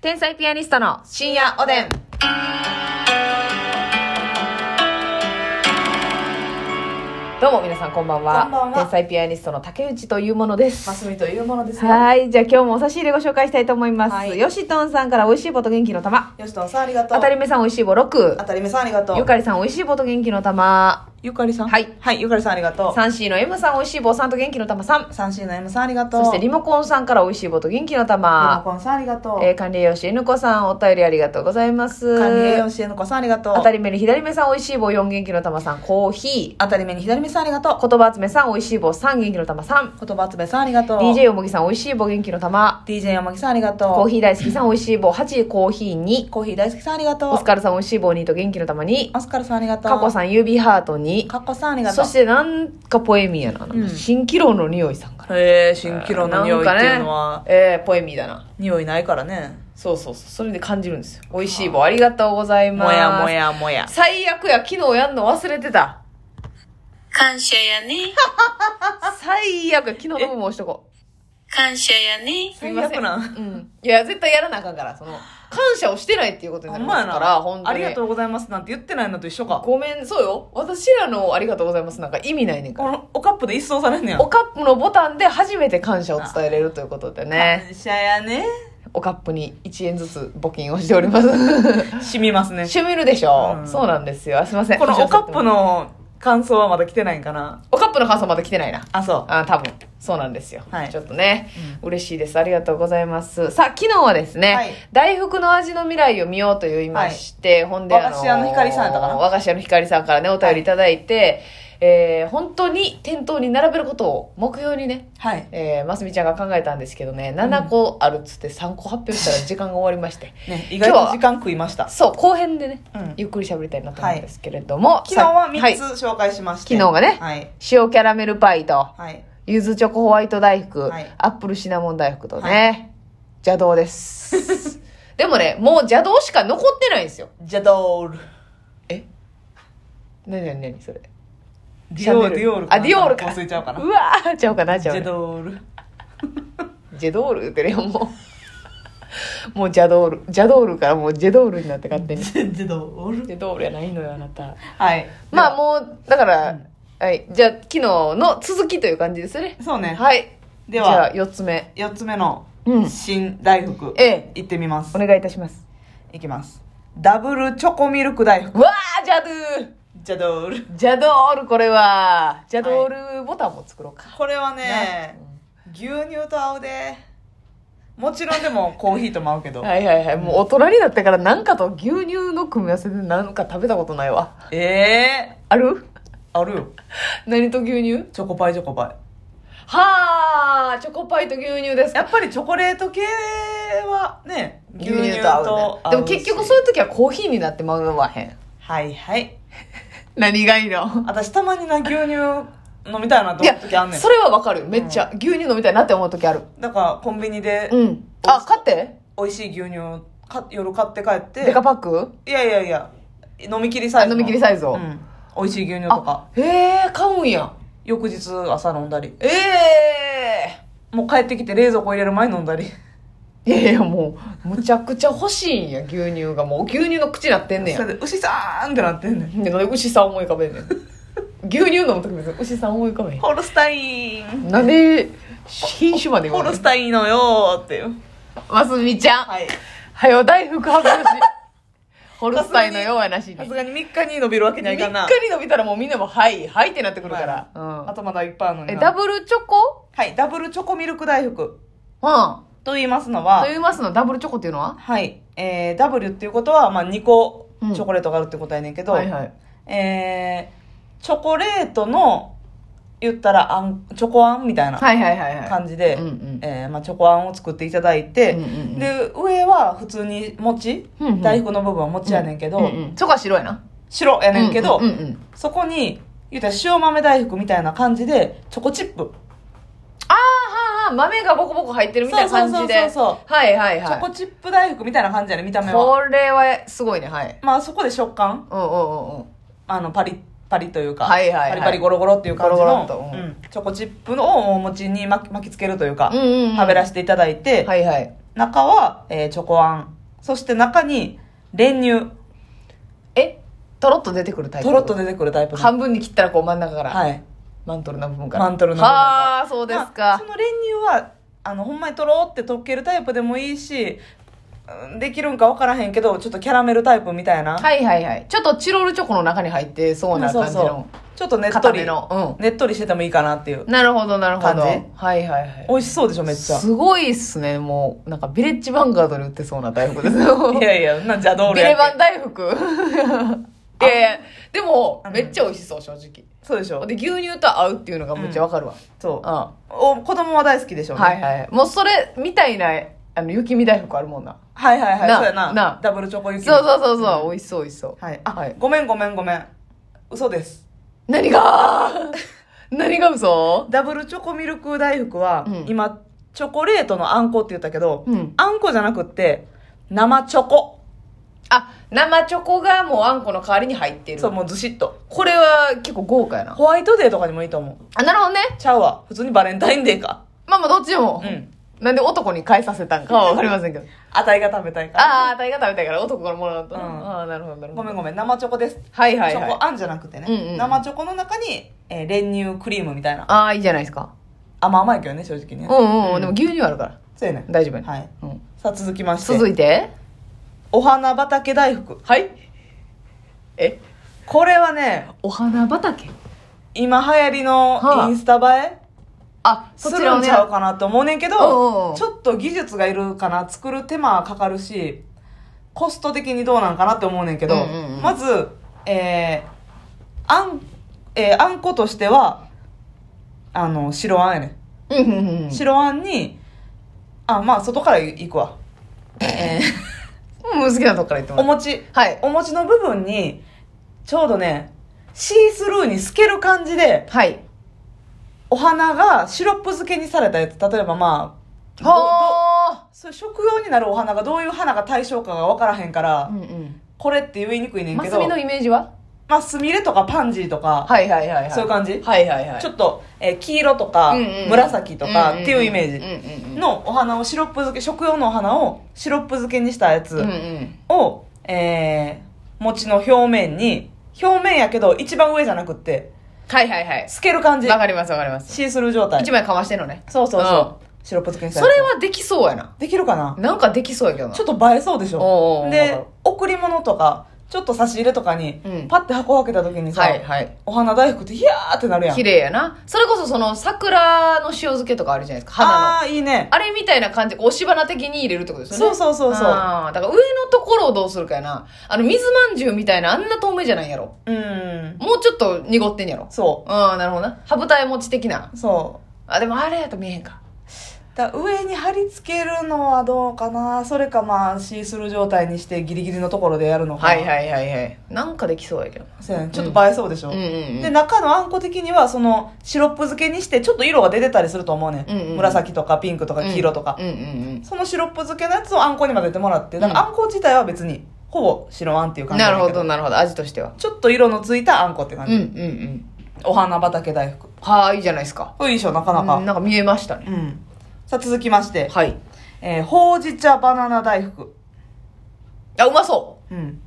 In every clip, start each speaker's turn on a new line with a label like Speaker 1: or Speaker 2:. Speaker 1: 天才ピアニストの
Speaker 2: 深夜おでん。
Speaker 1: どうも皆さんこんばんは
Speaker 2: こんばんは
Speaker 1: 天才ピアニストの竹内というものです
Speaker 2: マスミというものですが、
Speaker 1: はいじゃあ今日もお差し入れご紹介したいと思います、
Speaker 2: はい
Speaker 1: よしとんさんから美味しい棒と元気の玉
Speaker 2: よしとんさんありがとう。
Speaker 1: 当たり目さん美味しい棒6
Speaker 2: 当たりめさんありがとう。
Speaker 1: ゆかりさん美味しい棒と元気の玉
Speaker 2: ゆかりさん
Speaker 1: はい。
Speaker 2: はい、ゆかりさんありがとう。
Speaker 1: 3 c の M さん美味しい棒さんと元気の玉3
Speaker 2: 三振の M さんありがとう。
Speaker 1: そしてリモコンさんから美味しい棒と元気の
Speaker 2: リモ
Speaker 1: 玉
Speaker 2: コンさんありがとう。
Speaker 1: えー、管理栄養士 N 子さんお便りありがとうございます
Speaker 2: 管理栄養士えのこさんありがとう。
Speaker 1: 当たり目に左目さん美味しい棒4元気の玉さんコーヒ
Speaker 2: 当たり目に左目さんありがと
Speaker 1: ー言葉集めさん美味しい棒3元気の玉3
Speaker 2: う。言葉集めさんありがとう。
Speaker 1: DJ よもぎさん美味しい棒元気の玉
Speaker 2: DJ 山木さんありがとう。
Speaker 1: コーヒー大好きさん美味しい棒8コーヒー2
Speaker 2: コーヒー大好きさんありがとう。
Speaker 1: オスカルさん美味しい棒2と元気の玉2
Speaker 2: オスカルさんありがとう。
Speaker 1: カコさん指ハート2
Speaker 2: かっこさんありがと。
Speaker 1: そうしてなんかポエミーやななん
Speaker 2: う
Speaker 1: か
Speaker 2: ん
Speaker 1: 蜃気楼の匂いさんから
Speaker 2: へえ、新キロの匂いっていう
Speaker 1: な
Speaker 2: の
Speaker 1: ん
Speaker 2: は、
Speaker 1: かねえーポエミーだな
Speaker 2: 匂いないからね。
Speaker 1: そうそうそうそれで感じるんですよ美味しい棒ありがとうございます
Speaker 2: もやもやもや。
Speaker 1: 最悪や昨日やんの忘れてた
Speaker 3: 感謝やね。
Speaker 1: 最悪や昨日の分も押しとこう
Speaker 3: 感謝やね。
Speaker 1: すみませ
Speaker 2: 最悪なん
Speaker 1: うん。いや、絶対やらなあかんから、その、感謝をしてないっていうことにな
Speaker 2: ほ
Speaker 1: り
Speaker 2: ん
Speaker 1: ま
Speaker 2: ますや
Speaker 1: か
Speaker 2: な。
Speaker 1: ら、本当
Speaker 2: あ
Speaker 1: に。
Speaker 2: りがとうございますなんて言ってないのと一緒か。
Speaker 1: ごめん、そうよ。私らのありがとうございますなんか意味ないねんから。
Speaker 2: このおカップで一掃されんねや。
Speaker 1: おカップのボタンで初めて感謝を伝えれるということでね、
Speaker 2: 感謝やね。
Speaker 1: おカップに1円ずつ募金をしており ます。
Speaker 2: 染みますね。
Speaker 1: 趣味るでしょ、
Speaker 2: うん
Speaker 1: そうなんですよ。あすいません。
Speaker 2: このおカップ。の感想はまだ来てないんかな。
Speaker 1: おカップの感想まだ来てないな。
Speaker 2: あ、そう。
Speaker 1: あ多分そうなんですよ、
Speaker 2: はい
Speaker 1: ちょっとね、嬉しいですありがとうございますさあ昨日はですね、
Speaker 2: はい
Speaker 1: 大福の味の未来を見ようと言いまして、ほんで
Speaker 2: 和菓子屋のひかりさんやったかな
Speaker 1: 和菓子屋のひかりさんからねお便りいただいて、えー本当に店頭に並べることを目標にね、
Speaker 2: はい。
Speaker 1: えー、ますみちゃんが考えたんですけどね7個あるっつって3個発表したら時間が終わりまして、
Speaker 2: ね、意外と時間食いました。
Speaker 1: そう後編でね、
Speaker 2: うん
Speaker 1: ゆっくり喋りたいなと思うんですけれども、
Speaker 2: 昨日は
Speaker 1: さあ
Speaker 2: 3
Speaker 1: い
Speaker 2: つ紹介しまして。
Speaker 1: 昨日がね
Speaker 2: はい。
Speaker 1: 塩キャラメルパイと、
Speaker 2: はい。
Speaker 1: ゆずチョコホワイト大福、
Speaker 2: はい
Speaker 1: アップルシナモン大福とね、
Speaker 2: は
Speaker 1: 邪道ですでもねもう邪道しか残ってないんですよ
Speaker 2: ジャドール。
Speaker 1: 何何何それ
Speaker 2: ディオー
Speaker 1: シャ
Speaker 2: ル、
Speaker 1: ネ
Speaker 2: ディオールか
Speaker 1: あ
Speaker 2: な。
Speaker 1: ディオールか
Speaker 2: 忘れちゃうかな
Speaker 1: う。わーちゃうかなち
Speaker 2: ジ
Speaker 1: ゃう
Speaker 2: ャ
Speaker 1: かな
Speaker 2: ドール。
Speaker 1: ジェドールってねもうもう 邪道ル邪道ルからもう邪道ルになって勝手に
Speaker 2: ジャドール。
Speaker 1: 邪道ルやないのよあなた
Speaker 2: はい。
Speaker 1: まあ
Speaker 2: あ、
Speaker 1: もうだから、
Speaker 2: うん
Speaker 1: はいじゃあ昨日の続きという感じですね
Speaker 2: そうね。
Speaker 1: はい
Speaker 2: で
Speaker 1: じ
Speaker 2: は、
Speaker 1: ゃあ4つ目
Speaker 2: 4つ目の
Speaker 1: うん
Speaker 2: 新大福。
Speaker 1: ええ
Speaker 2: 行ってみます
Speaker 1: お。願いいたします
Speaker 2: いきます。ダブルチョコミルク大福。
Speaker 1: うわー邪道ル
Speaker 2: ジャドール。
Speaker 1: ジャドールこれはジャドールボタンも作ろうか、
Speaker 2: これはね、牛乳と合うで。もちろんでもコーヒーとも合うけど。
Speaker 1: はいはいはいもう大人になってから何かと牛乳の組み合わせで何か食べたことないわ
Speaker 2: ええ
Speaker 1: ある
Speaker 2: あるよ。
Speaker 1: 何と牛乳
Speaker 2: チョコパイチョコパ
Speaker 1: はあチョコパイと牛乳です
Speaker 2: イ。やっぱりチョコレート系はね、牛乳と合う、ね。
Speaker 1: でも結局そう
Speaker 2: う。
Speaker 1: いう時はコーヒーになってまうわへん
Speaker 2: はいはい。
Speaker 1: 何がいいの
Speaker 2: 私たまにな牛乳飲みたいなと
Speaker 1: いや
Speaker 2: 思う時あんねん。
Speaker 1: それはわかるよめっちゃ、牛乳飲みたいなって思う時ある
Speaker 2: だからコンビニで
Speaker 1: うんあ買って
Speaker 2: 美味しい牛乳をか夜買って帰って。
Speaker 1: デカパック
Speaker 2: いやいやいや、飲み切りサイズ
Speaker 1: あ
Speaker 2: の。
Speaker 1: 飲み切りサイズを
Speaker 2: うん。美味しい牛乳と
Speaker 1: あ
Speaker 2: か。
Speaker 1: へえ買うんや
Speaker 2: 翌日朝飲んだり。
Speaker 1: ええ
Speaker 2: もう帰ってきて冷蔵庫入れる前に飲んだり。
Speaker 1: いやいやもうむちゃくちゃ欲しいんや牛乳がもう牛乳の口なってんね
Speaker 2: そ
Speaker 1: や
Speaker 2: れで、牛さーんってなってんねん。
Speaker 1: でなんで牛さん思い浮かべんねん牛乳飲む時別に牛さん思い浮かべへ
Speaker 2: ホルスタイン。
Speaker 1: んなんで品種まで言
Speaker 2: ホ
Speaker 1: わな
Speaker 2: ル
Speaker 1: い
Speaker 2: スタインのよーっていう。
Speaker 1: ますみちゃん
Speaker 2: はい。
Speaker 1: はよ大福発 表しホルスタインのようやなしに
Speaker 2: さすがに3日に伸びるわけには
Speaker 1: 3
Speaker 2: いかんな。
Speaker 1: 日に伸びたらもうみんなも「はいはい」ってなってくるから、
Speaker 2: はいあとまだいっぱいあるの
Speaker 1: うん、
Speaker 2: に
Speaker 1: え
Speaker 2: な。
Speaker 1: ダブルチョコ
Speaker 2: はい、ダブルチョコミルク大福
Speaker 1: うん
Speaker 2: と言いますの
Speaker 1: と
Speaker 2: は、
Speaker 1: 言いますのダブルチョコっていうのは
Speaker 2: はい、えー、ダブルっていうことは、まあ、2個
Speaker 1: うん
Speaker 2: チョコレートがあるってことやねんけど、
Speaker 1: はい
Speaker 2: えー、チョコレートの、言ったらあん、チョコあんみたいな
Speaker 1: はいはいはいはい
Speaker 2: 感じで、
Speaker 1: うんうん
Speaker 2: えーまあ、チョコあんを作っていただいて、
Speaker 1: うんうんうん
Speaker 2: で、上は普通に餅、
Speaker 1: うんうん
Speaker 2: 大福の部分は餅やねんけど、
Speaker 1: うんうんチョコは白やな
Speaker 2: 白やねんけど、
Speaker 1: うんうんうん
Speaker 2: そこに、言ったら塩豆大福みたいな感じで、チョコチップ。
Speaker 1: ああはあはあ豆がボコボコ入ってるみたいな感じで
Speaker 2: そうそうそうそう
Speaker 1: はいはい
Speaker 2: チョコ
Speaker 1: は
Speaker 2: チップ大福みたいな感じやね見た
Speaker 1: い
Speaker 2: 目は
Speaker 1: これはすごいねはい
Speaker 2: まあそこで食感
Speaker 1: うんうんうんうん
Speaker 2: あのパリッパリというか、
Speaker 1: はいはいはい
Speaker 2: パリパリゴロゴロっていう感じ
Speaker 1: ゴロゴロ
Speaker 2: の
Speaker 1: っとうん
Speaker 2: うんチョコチップのをお餅に巻き巻きつけるというか、
Speaker 1: うんうんうん
Speaker 2: 食べらせていただいて、
Speaker 1: はいはい
Speaker 2: 中は、えーチョコあん。そして中に練乳。
Speaker 1: えとろっと出てくるタイプ
Speaker 2: とろっと出てくるタイプの。
Speaker 1: 半分に切ったらこう真ん中から、
Speaker 2: はい。
Speaker 1: マントルの部分から
Speaker 2: マントルの部分から
Speaker 1: はあそうです
Speaker 2: まあ
Speaker 1: か
Speaker 2: そ、の練乳は、あの、ほんまにとろって溶けるタイプでもいいし、うんできるんかわからへんけど、ちょっとキャラメルタイプみたいな。
Speaker 1: はいはいはいちょっとチロルチョコの中に入ってそうな感じ
Speaker 2: そうそ
Speaker 1: の
Speaker 2: うちょっとねっと
Speaker 1: 固
Speaker 2: り
Speaker 1: めの
Speaker 2: ねっとりしててもいいかなっていう
Speaker 1: うんなるほどなるほどは
Speaker 2: 感
Speaker 1: い
Speaker 2: じ
Speaker 1: はいはい
Speaker 2: 美味しそうでしょめっちゃ
Speaker 1: すごいっすねもうなんかビレッジヴァンガードに売ってそうな大福 ですよ
Speaker 2: いやいやなんじゃどう
Speaker 1: ビレバン大福 いやいやでも
Speaker 2: うん
Speaker 1: めっちゃ美味しそう正直
Speaker 2: そうでしょ
Speaker 1: で牛乳と合うっていうのがめっちゃわかるわ、
Speaker 2: そう
Speaker 1: うんは
Speaker 2: お子供は大好きでしょ
Speaker 1: いう
Speaker 2: ね
Speaker 1: はいもうそれみたいなあの雪見大福あるもんな
Speaker 2: はいはいはい
Speaker 1: な
Speaker 2: そうやな
Speaker 1: な
Speaker 2: ダブルチョコ雪
Speaker 1: そうそうそうそう、美味しそう美味しそう
Speaker 2: はいあ、
Speaker 1: はい
Speaker 2: ごめんごめんごめん嘘です
Speaker 1: 何 が何が嘘
Speaker 2: ダブルチョコミルク大福は、
Speaker 1: うん
Speaker 2: 今チョコレートのあんこって言ったけど、
Speaker 1: うん
Speaker 2: あんこじゃなくって生チョコ
Speaker 1: あ生チョコがもうあんこの代わりに入ってる
Speaker 2: そうもうずしっと
Speaker 1: これは結構豪華やな
Speaker 2: ホワイトデーとかにもいいと思う
Speaker 1: あなるほどね
Speaker 2: ちゃうわ普通にバレンタインデーか
Speaker 1: まあまあどっちでも
Speaker 2: う、ん
Speaker 1: なんで男に返させたんかは分かりませんけど
Speaker 2: あたいが食べたいから
Speaker 1: ああ大が食べたいから男のものだと、
Speaker 2: うん
Speaker 1: ああなるほどなるほ
Speaker 2: ごめ
Speaker 1: ど
Speaker 2: んごめん生チョコです、
Speaker 1: はいはい
Speaker 2: チョ
Speaker 1: はい
Speaker 2: コあんじゃなくてね、
Speaker 1: うんうん
Speaker 2: 生チョコの中に、えー練乳クリームみたいな
Speaker 1: ああいいじゃないですか
Speaker 2: 甘甘いけどね正直
Speaker 1: う
Speaker 2: ね
Speaker 1: んうん、う
Speaker 2: うん
Speaker 1: ん、でも牛乳あるから
Speaker 2: そうやね
Speaker 1: 大丈夫やね、
Speaker 2: はい
Speaker 1: うん、
Speaker 2: さあ続きまして
Speaker 1: 続いて
Speaker 2: お花畑大福
Speaker 1: はいえ
Speaker 2: これはね
Speaker 1: お花畑
Speaker 2: 今流行り
Speaker 1: は
Speaker 2: の
Speaker 1: あ
Speaker 2: インスタ映え
Speaker 1: あ
Speaker 2: す
Speaker 1: そち
Speaker 2: る
Speaker 1: らを
Speaker 2: ん
Speaker 1: ね
Speaker 2: ちゃうかなと思うねんけ
Speaker 1: うんうんう
Speaker 2: ど
Speaker 1: ん
Speaker 2: ちょっと技術がいるかな作る手間はかかるしコスト的にどうなんかなって思うねんけど、
Speaker 1: うんうんうん
Speaker 2: まずえー、あんえーあんことしてはあの白あんやねん
Speaker 1: うんうんうんうん
Speaker 2: 白あんに、あ、まあ、外から行くわ。え
Speaker 1: もう好きなとこから言って
Speaker 2: ーお
Speaker 1: もらって
Speaker 2: 餅。
Speaker 1: はい
Speaker 2: お餅の部分に、ちょうどね、シースルーに透ける感じで、
Speaker 1: はい
Speaker 2: お花がシロップ漬けにされたやつ、例えばまあ、どど
Speaker 1: は
Speaker 2: そう食用になるお花がどういう花が対象かが分からへんか
Speaker 1: あ
Speaker 2: ら、
Speaker 1: うんうん
Speaker 2: これって言いにくいねん
Speaker 1: マ
Speaker 2: け
Speaker 1: ス
Speaker 2: ど
Speaker 1: ミ、のイメージは
Speaker 2: まあ、スミレとかパンジーとか、
Speaker 1: はいはいはいはい
Speaker 2: そういう感じ
Speaker 1: はいはいはい
Speaker 2: ちょ
Speaker 1: っ
Speaker 2: っと、えー黄色とか、紫とかっていうイメージ。
Speaker 1: ジ
Speaker 2: のお花をシロップ漬け食用のお花をシロップ漬けにしたやつ
Speaker 1: うんうん
Speaker 2: を、えー、餅の表面に表面やけど一番上じゃなくって
Speaker 1: はいはいはい
Speaker 2: 透ける感じ
Speaker 1: わかりますわかります
Speaker 2: シースルー状態
Speaker 1: 一枚かましてんのね
Speaker 2: そうそうそう、シロップ漬けにした
Speaker 1: そ
Speaker 2: やつ
Speaker 1: れはできそうやな
Speaker 2: できるかな
Speaker 1: なんかできそうやけどな
Speaker 2: ちょっと映えそうでし
Speaker 1: おうおうお
Speaker 2: ょ
Speaker 1: うわか
Speaker 2: で
Speaker 1: る
Speaker 2: 贈り物とかちょっと差し入れとかに、
Speaker 1: うん
Speaker 2: パッて箱開けた時にさ、
Speaker 1: はいはい
Speaker 2: お花大福ってヒヤーってなるやん
Speaker 1: 綺麗やなそれこそその桜の塩漬けとかあるじゃないですか花の
Speaker 2: ああーいいね
Speaker 1: あれみたいな感じで押し花的に入れるってことですよね
Speaker 2: そうそうそうそう
Speaker 1: あーだから上のところをどうするかやなあの水まんじゅうみたいなあんな透明じゃないんやろ
Speaker 2: うん
Speaker 1: もうちょっと濁ってんやろ
Speaker 2: そ
Speaker 1: ああなるほどな羽二重持ち的な
Speaker 2: うそう
Speaker 1: あでもあれやと見えへんか
Speaker 2: だ上に貼り付けるのはどうかなそれかまあシースルー状態にしてギリギリのところでやるのかな
Speaker 1: はいはいはいはいなんかできそうやけどな
Speaker 2: そうやねちょっと映えそうでしょ、
Speaker 1: うんうんうん
Speaker 2: で中のあんこ的にはそのシロップ漬けにしてちょっと色が出てたりすると思うね、
Speaker 1: うんうんうん
Speaker 2: 紫とかピンクとか黄色とか、
Speaker 1: うんうんうん
Speaker 2: そのシロップ漬けのやつをあんこに混ぜてもらってだからあんこ自体は別にほぼ白あんっていう
Speaker 1: うん
Speaker 2: 感じ
Speaker 1: なる
Speaker 2: だ
Speaker 1: ほ
Speaker 2: け
Speaker 1: どなるほど味としては
Speaker 2: ちょっと色のついたあんこって感
Speaker 1: うん
Speaker 2: じ、
Speaker 1: うんうん
Speaker 2: お花畑大福
Speaker 1: はあいいじゃないですか
Speaker 2: これいいでしょなかな
Speaker 1: うん
Speaker 2: か
Speaker 1: なんか見えました
Speaker 2: う
Speaker 1: ね
Speaker 2: ん、さあ続きまして、
Speaker 1: はい
Speaker 2: えーほうじ茶バナナ大福
Speaker 1: あうまそ
Speaker 2: うん
Speaker 1: う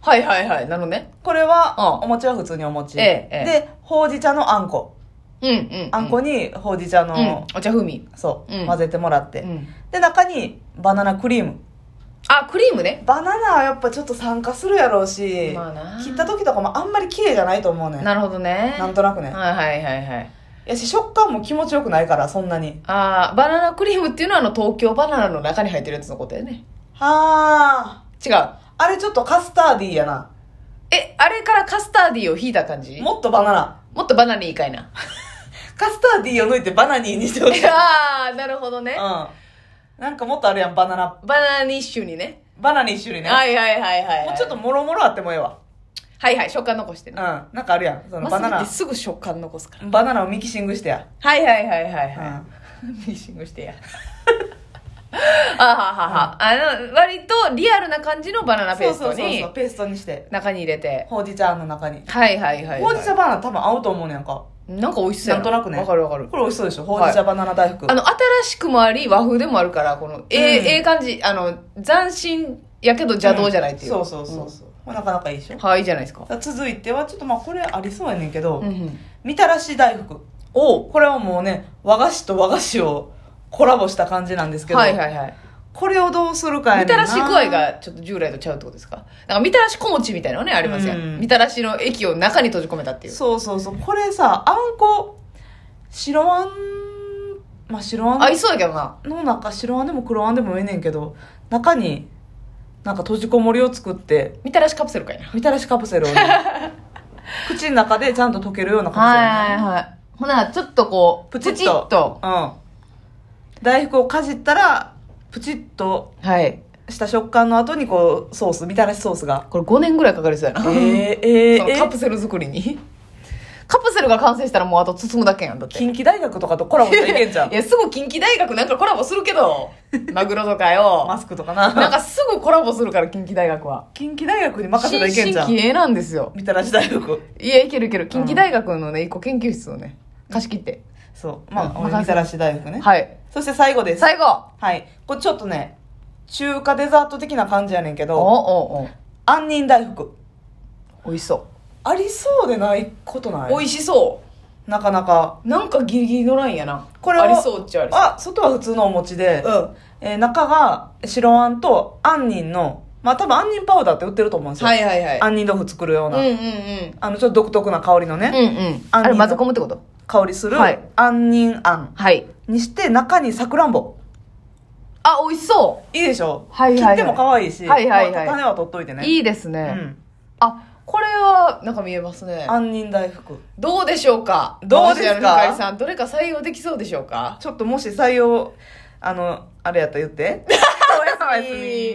Speaker 1: はいはいはいなのね
Speaker 2: これは
Speaker 1: うん
Speaker 2: お餅は普通にお餅、
Speaker 1: ええええ
Speaker 2: でほうじ茶のあんこ
Speaker 1: うんうん
Speaker 2: あんこにほうじ茶の、
Speaker 1: うんお茶風味
Speaker 2: そう、
Speaker 1: うん
Speaker 2: 混ぜてもらって、
Speaker 1: うん
Speaker 2: で中にバナナクリーム
Speaker 1: あクリームね
Speaker 2: バナナはやっぱちょっと酸化するやろうし、
Speaker 1: まあな
Speaker 2: 切った時とかもあんまり綺麗じゃないと思うねん
Speaker 1: なるほどね
Speaker 2: なんとなくね、
Speaker 1: はいはいはいはい
Speaker 2: やし食感も気持ちよくないからそんなに
Speaker 1: ああバナナクリームっていうのはあの東京バナナの中に入ってるやつのことやね
Speaker 2: はあ
Speaker 1: 違う
Speaker 2: あれちょっとカスターディーやな
Speaker 1: えあれからカスターディーを引いた感じも
Speaker 2: もっとバナナ
Speaker 1: っとバナニーかいな
Speaker 2: カスターディーを抜いてバナニーにしてほしい、うん、
Speaker 1: ああなるほどね
Speaker 2: なんかもっとあるやんバナナ
Speaker 1: バナナニッシュにね
Speaker 2: バナナ一種類ね、
Speaker 1: はいはいはいはい、はい、
Speaker 2: もうちょっともろもろあってもええわ
Speaker 1: はいはい食感残して
Speaker 2: うん
Speaker 1: ね
Speaker 2: なんかあるやんその
Speaker 1: マ
Speaker 2: バ
Speaker 1: スミ
Speaker 2: ナ
Speaker 1: って
Speaker 2: ナ
Speaker 1: すぐ食感残すから
Speaker 2: バナナをミキシングしてや、
Speaker 1: はいはいはいはい
Speaker 2: うん
Speaker 1: はいミキシングしてやあはははあの割とリアルな感じのバナナペ
Speaker 2: そ
Speaker 1: ー
Speaker 2: う
Speaker 1: ス
Speaker 2: そ
Speaker 1: ト
Speaker 2: うそう
Speaker 1: に
Speaker 2: そうペーストにして
Speaker 1: 中に入れて
Speaker 2: ほうじ茶の中に
Speaker 1: はいはいはいはい
Speaker 2: ほうじ茶バナナ多分合うと思うねやんか
Speaker 1: なんか美味しそうや
Speaker 2: なんとなくね
Speaker 1: わかるわかる
Speaker 2: これ美味しそうでしょほうじ茶バナナ大福、
Speaker 1: あの新しくもあり和風でもあるからこのええ
Speaker 2: うん
Speaker 1: ええ感じあの斬新やけど邪道じゃないっていう、
Speaker 2: そうそうそうそう、まあなかなかいいでしょだか
Speaker 1: はいいいじゃないですから
Speaker 2: 続いてはちょっとまあこれありそうやねんけど、
Speaker 1: うんうん
Speaker 2: みたらし大福をこれはもうね和菓子と和菓子をコラボした感じなんですけど、
Speaker 1: はいはいはい
Speaker 2: これをどうするかやね
Speaker 1: み
Speaker 2: んな
Speaker 1: たらし具合がちょっと従来とちゃうってことですかなんかみたらし小餅みたいなのねありますやん、
Speaker 2: うん
Speaker 1: みたらしの液を中に閉じ込めたっていう
Speaker 2: そうそうそうこれさあんこ白あんまあ白あん
Speaker 1: 合いそうやけどな
Speaker 2: の中白あんでも黒あんでもええねんけど中になんか閉じこもりを作って
Speaker 1: みたらしカプセルかいな
Speaker 2: みたらしカプセルをね 口の中でちゃんと溶けるようなカプセルね、
Speaker 1: いはいほなちょっとこう
Speaker 2: プチッと
Speaker 1: ッと
Speaker 2: うん、大福をかじったらプチッと
Speaker 1: はい
Speaker 2: した食感の後にこうソースみたらしソースが
Speaker 1: これ5年ぐらいかかりそうや
Speaker 2: え
Speaker 1: な、
Speaker 2: ー、えー、
Speaker 1: その
Speaker 2: え
Speaker 1: カ
Speaker 2: ー
Speaker 1: プセル作りにカプセルが完成したらもうあと包むだけやんだって
Speaker 2: 近畿大学とかとコラボしていけんじゃ ん
Speaker 1: いや、すぐ近畿大学なんかコラボするけど、マグロとか
Speaker 2: マ
Speaker 1: よ。
Speaker 2: スクとか
Speaker 1: なん
Speaker 2: な
Speaker 1: かすぐコラボするから、近畿大学は。
Speaker 2: 近畿大学に任せたらいけんじゃ
Speaker 1: 新進
Speaker 2: ん
Speaker 1: 気鋭なんですよ。
Speaker 2: みたらし大福
Speaker 1: いや、いけるいける。近畿大学のね、一個研究室をね、貸し切って。
Speaker 2: そうまあ、
Speaker 1: うん任せ
Speaker 2: みたらし大福ね、
Speaker 1: はい。
Speaker 2: そして最後です
Speaker 1: 最後
Speaker 2: はいこれちょっとね中華デザート的な感じやねんけ
Speaker 1: お
Speaker 2: ど
Speaker 1: おお
Speaker 2: 杏仁大福
Speaker 1: 美味しそ
Speaker 2: ありそうでないことな
Speaker 1: う。
Speaker 2: い
Speaker 1: 美味しそ
Speaker 2: なかなか
Speaker 1: う。なんかギリギリのラインやな。
Speaker 2: これを
Speaker 1: ありそうっちゃありそ
Speaker 2: あ外は普通のお餅で、
Speaker 1: う。うん。
Speaker 2: えー中が白あんと杏仁のまあ多分杏仁パウダーって売ってると思うんですよ、
Speaker 1: はいはいはい。
Speaker 2: 杏仁豆腐作るよう
Speaker 1: う
Speaker 2: な、
Speaker 1: んうんうん。
Speaker 2: あのちょっと独特な香りのね、
Speaker 1: うんうん。あれ混ぜ込むってこと
Speaker 2: 香りする
Speaker 1: はい
Speaker 2: 杏仁あん
Speaker 1: はい。
Speaker 2: にして中にさくらんぼ
Speaker 1: あ、美味しそ
Speaker 2: いいでしょ、
Speaker 1: はいはいはい
Speaker 2: 切っても可愛いし、
Speaker 1: はいはいはい
Speaker 2: まあ種は取っといて
Speaker 1: う。
Speaker 2: ね
Speaker 1: いいです
Speaker 2: う
Speaker 1: ね。
Speaker 2: ん
Speaker 1: あ、これは、なんか見えますね。
Speaker 2: 杏仁大福
Speaker 1: どうでしょうか
Speaker 2: どうですか
Speaker 1: マジアルヒカリさん、どれか採用できそうでしょうか
Speaker 2: ちょっともし採用あのあれやったら言っておやすみ